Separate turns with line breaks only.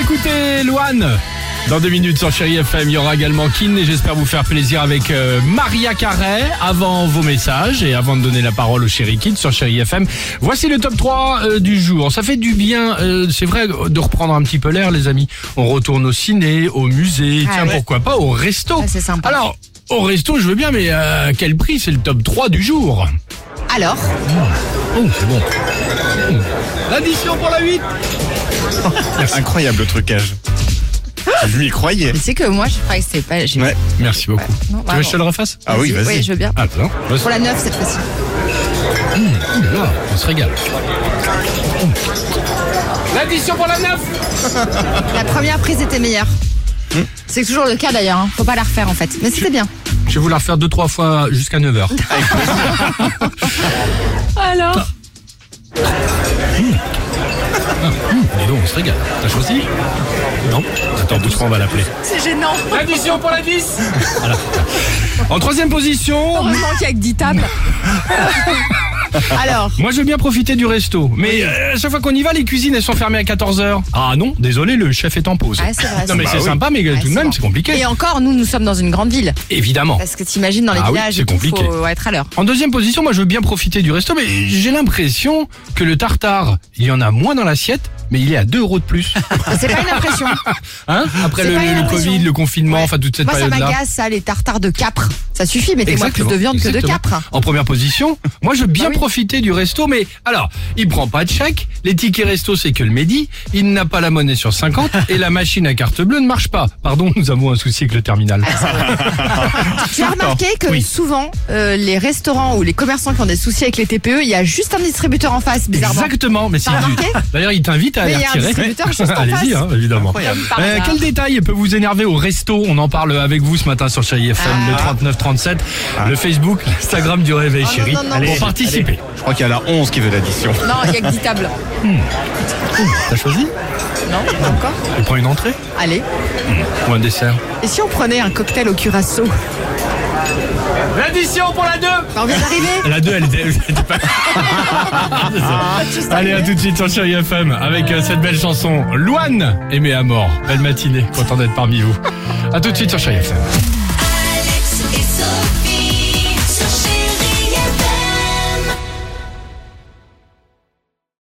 écouter Luan dans deux minutes sur Chéri FM, il y aura également Kin et j'espère vous faire plaisir avec euh, Maria Carré avant vos messages et avant de donner la parole au Chéri Kid sur Chéri FM. Voici le top 3 euh, du jour. Ça fait du bien, euh, c'est vrai, de reprendre un petit peu l'air les amis. On retourne au ciné, au musée,
Ah
tiens
ouais.
pourquoi pas au resto.
Ah, c'est sympa.
Alors, au resto je veux bien mais à quel prix C'est le top 3 du jour.
Alors
Oh, c'est bon. Oh. L'addition pour la 8
Incroyable le trucage. Je lui croyais.
Mais c'est que moi, je crois que c'est pas. j'ai-
Ouais.
Merci beaucoup.
non,
tu veux que je te le
pardon.
refasse
Ah oui, vas-y.
Oui, je veux bien.
Ah, non. vas-y.
Pour la 9 cette fois-ci.
Ouh là là, on se régale. L'addition pour la 9
La première prise était meilleure.
Hmm.
C'est toujours le cas d'ailleurs, hein. faut pas la refaire en fait. Mais c'était bien.
Je vais vous la refaire deux, trois fois jusqu'à 9h.
Alors
Hmm. Mais non, Hmm. on se régale. T'as choisi Non Attends, Boutron, on va l'appeler.
C'est gênant.
L'addition pour la 10 En troisième position,
Heureusement qu'il y a que 10 tables. Alors,
moi je veux bien profiter du resto. Mais euh, à chaque fois qu'on y va, les cuisines elles sont fermées à 14h. Ah non, désolé, le chef est en pause.
Ah, c'est vrai,
non
c'est
mais
vrai.
c'est
Bah oui.
sympa, mais euh,
Ouais,
tout de même
bon.
c'est compliqué.
Et encore, nous, nous sommes dans une grande ville.
Évidemment.
Parce que t'imagines, dans les
Ah oui,
villages,
c'est
et tout,
compliqué.
faut être à l'heure.
En deuxième position, moi je veux bien profiter du resto, mais j'ai l'impression que le tartare, il y en a moins dans l'assiette, mais il est à 2 euros de plus.
C'est pas une impression.
Hein Après
C'est
le,
pas une
le
impression.
Covid, le confinement, enfin toute cette
Moi, ça
période-là.
m'agace, ça, les tartares de capre. Ça suffit, mettez-moi plus
Exactement,
de viande que de
exactement.
capre.
En première position, moi je veux bien
Bah oui.
profiter du resto, mais alors, il prend pas de chèque, les tickets resto c'est que le midi, il n'a pas la monnaie sur 50 et la machine à carte bleue ne marche pas. Pardon, nous avons un souci avec le terminal.
Tu as remarqué que
Ah, Oui.
souvent, euh, les restaurants ou les commerçants qui ont des soucis avec les TPE, il y a juste un distributeur en face, bizarrement.
Exactement, mais c'est
T'as
du-
remarqué
D'ailleurs, il t'invite à
Mais
aller
il y a un
retirer.
distributeur juste en
Allez-y,
face.
hein, évidemment.
Comme par
Euh,
hasard.
quel détail peut vous énerver au resto On en parle avec vous ce matin sur Chéri FM, le 3937, le Facebook, l'Instagram du Réveil
Ah. Oh, non,
Chéri,
non, non,
pour
Allez,
participer.
Je crois qu'il y a la 11 qui veut l'addition.
Non, il y a que 10 tables.
T'as choisi
Non, pas encore.
Tu prends une entrée
Allez.
ou un dessert
Et si on prenait un cocktail au curaçao
L'addition pour la 2
T'as envie d'arriver
La 2, elle était, elle était pas...
Ah,
Allez, à tout de suite sur Chéri FM avec euh, cette belle chanson, Loane, aimée à mort. Belle matinée, content d'être parmi vous. À tout de suite sur Chéri FM.